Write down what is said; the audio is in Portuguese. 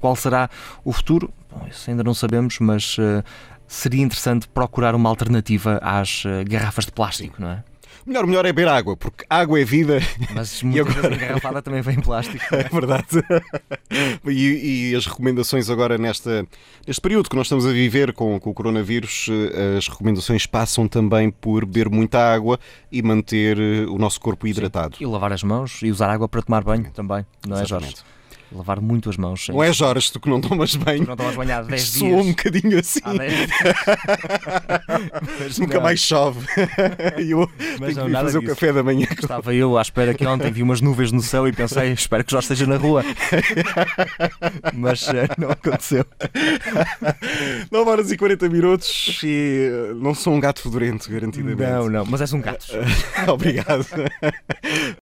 Qual será o futuro? Bom, isso ainda não sabemos, mas eh, seria interessante procurar uma alternativa às eh, garrafas de plástico, não é? Melhor, melhor é beber água, porque água é vida. Mas muitas vezes agora? a garrafada também vem em plástico. É verdade. E, e as recomendações agora nesta, neste período que nós estamos a viver com, com o coronavírus, eh, as recomendações passam também por beber muita água e manter eh, o nosso corpo hidratado. E lavar as mãos e usar água para tomar banho também, não é, Jorge? Lavar muito as mãos. Não é Jorge, tu que não tomas banho. Não estavas banho há 10 Soou um dias. Ah, bocadinho assim. Há 10 dias. Mas Nunca não. mais chove. E eu tenho não, que vir nada fazer o disso. café da manhã. Estava eu à espera que ontem vi umas nuvens no céu e pensei, espero que Jorge esteja na rua. Mas eh, não aconteceu. 9 horas e 40 minutos e eh, não sou um gato fedorento, garantidamente. Não, não, mas és um gato. Obrigado.